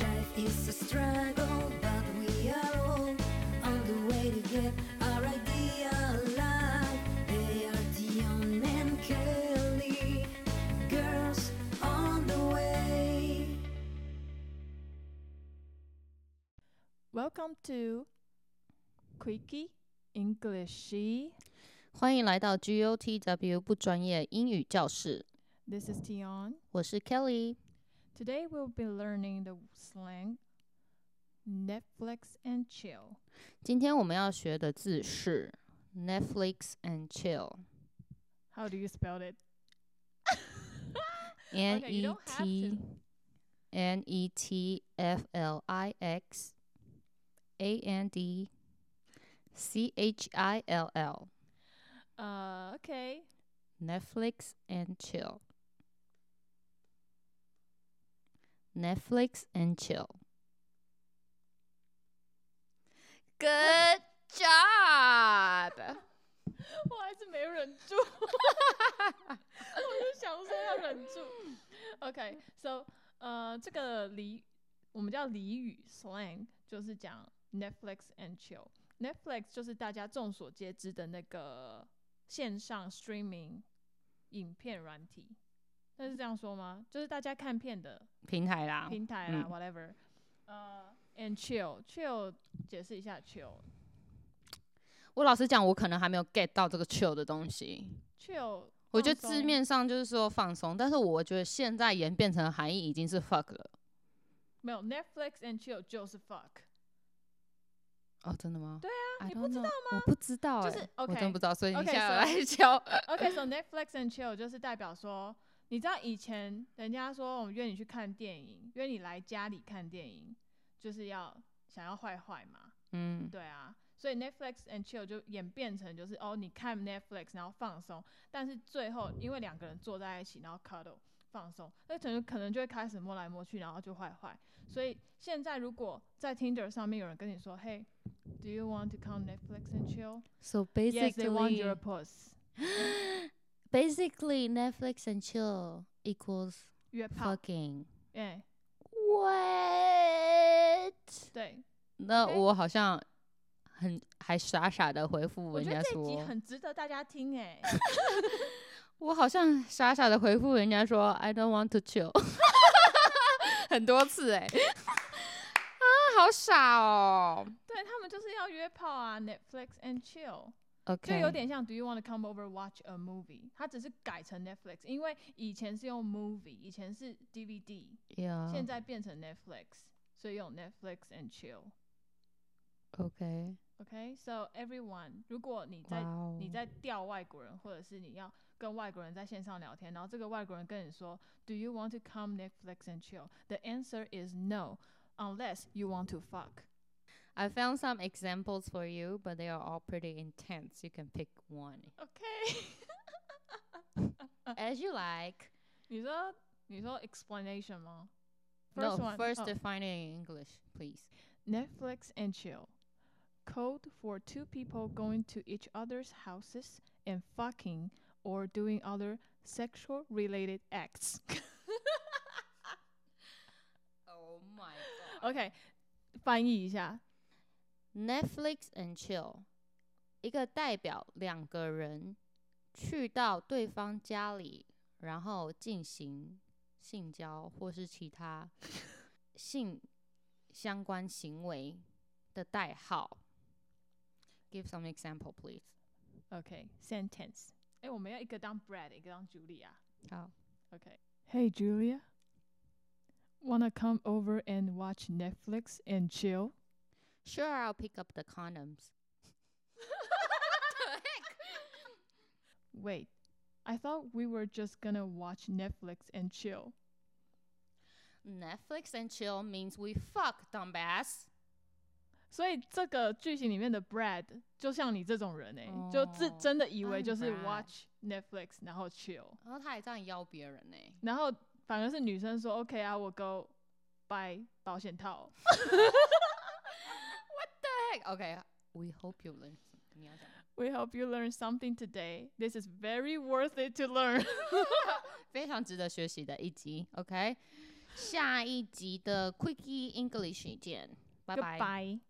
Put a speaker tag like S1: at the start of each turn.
S1: Life is a struggle, but we are all on the way to get our ideal life. They are Dion and Kelly, girls on the way.
S2: Welcome to Quickie Englishy.
S3: 欢迎来到 GOTW 不专业英语教室，
S2: This is Tion.
S3: 我是 Kelly。
S2: Today we'll be learning the slang Netflix and chill.
S3: 今天我们要学的字是 Netflix and chill，N
S2: How do you spell it? Okay, Oh you
S3: E
S2: don't have
S3: T N E T F L I X A N D C H I L L
S2: Uh, okay.
S3: Netflix and chill。Netflix and chill。Good job.
S2: 我还是没忍 住，我就想说要忍住。OK，so、呃，这个俚我们叫俚语 slang，就是讲 Netflix and chill。Netflix 就是大家众所皆知的那个线上 streaming 影片软体，那是这样说吗？就是大家看片的
S3: 平台啦，
S2: 平台啦、
S3: 嗯
S2: w h a t e v e r 呃、a n d chill，chill 解释一下 chill。
S3: 我老实讲，我可能还没有 get 到这个 chill 的东西。
S2: chill，
S3: 我觉得
S2: 放
S3: 字
S2: 松
S3: 面上就是说放松，但是我觉得现在演变成的含义已经是 fuck 了。
S2: 没有 Netflix and chill 就是 fuck。
S3: 哦，真的吗？对啊
S2: 你不知
S3: 道吗？我不知道欸，
S2: 就是
S3: 我
S2: OK，
S3: 真不知道，所以你
S2: OK，
S3: 现在
S2: so-
S3: 来教。
S2: OK，so、Netflix and chill 就是代表说，你知道以前人家说我们约你去看电影，约你来家里看电影，就是要想要坏坏嘛，
S3: 嗯，
S2: 对啊，所以 Netflix and chill 就演变成就是哦，你看 Netflix 然后放松，但是最后因为两个人坐在一起，然后 cuddle 放松，那可能可能就会开始摸来摸去，然后就坏坏。所以现在如果在 Tinder 上面有人跟你说，Hey，do you want to come Netflix and chill？Yes，they
S3: So
S2: want your
S3: basically,
S2: puss。
S3: basically Netflix and chill equals
S2: 约炮，
S3: fucking
S2: 哎、
S3: what？
S2: 对，
S3: 那
S2: OK
S3: 我好像很还傻傻的回复
S2: 我
S3: 人
S2: 觉得
S3: 家
S2: 这一集
S3: 说，
S2: 很值得大家听 哎、
S3: 我好像傻傻的回复人家说 I don't want to chill，很多次哎、啊，好傻哦。
S2: 对他们就是要约炮啊，Netflix and chill，
S3: OK，
S2: 就有点像 Do you want to come over watch a movie？它只是改成 Netflix，因为以前是用 movie，以前是 DVD，、
S3: 呀
S2: 现在变成 Netflix，所以用 Netflix and chill。
S3: OK，
S2: OK，so、everyone，如果你
S3: 哇
S2: 在
S3: 哦，
S2: 你在钓外国人，或者是你要跟外国人在线上聊天，然后这个外国人跟你说，Do you want to come Netflix and chill? The answer is no, unless you want to fuck.
S3: I found some examples for you, but they are all pretty intense. You can pick one
S2: OK，
S3: as you like.
S2: 你说你说 explanation 吗
S3: No,
S2: one,
S3: first
S2: oh,
S3: define it in English, please.
S2: Netflix and chill. Code for two people going to each other's houses and fucking or doing other sexual related acts.
S3: Oh my god.
S2: OK，翻译一下，
S3: Netflix and chill，一个代表两个人去到对方家里，然后进行性交或是其他性相关行为的代号。Give some example, please.
S2: Okay, sentence. 哎、我们要一个当 Brad，一个当 Julia。
S3: 好
S2: Okay. Hey, Julia. Wanna come over and watch Netflix and chill?
S3: Sure, I'll pick up the condoms.
S2: Wait, I thought we were just gonna watch Netflix and chill.
S3: Netflix and chill means we fuck, dumbass.
S2: 所以这个剧情里面的 Brad 就像你这种人哎、就自
S3: 哦
S2: 真的以为
S3: I'm
S2: 就是
S3: Brad
S2: watch Netflix 然后 chill，
S3: 然后他还这样邀别人呢、
S2: 然后反而是女生说 OK 啊，我 go buy 保险套。
S3: Heck, okay, we hope you learn. some- 你要讲 吗
S2: We hope you learn something today. This is very worth it to learn.
S3: 非常值得学习的一集。OK，下一集的 Quickie English 见，拜拜。
S2: Goodbye。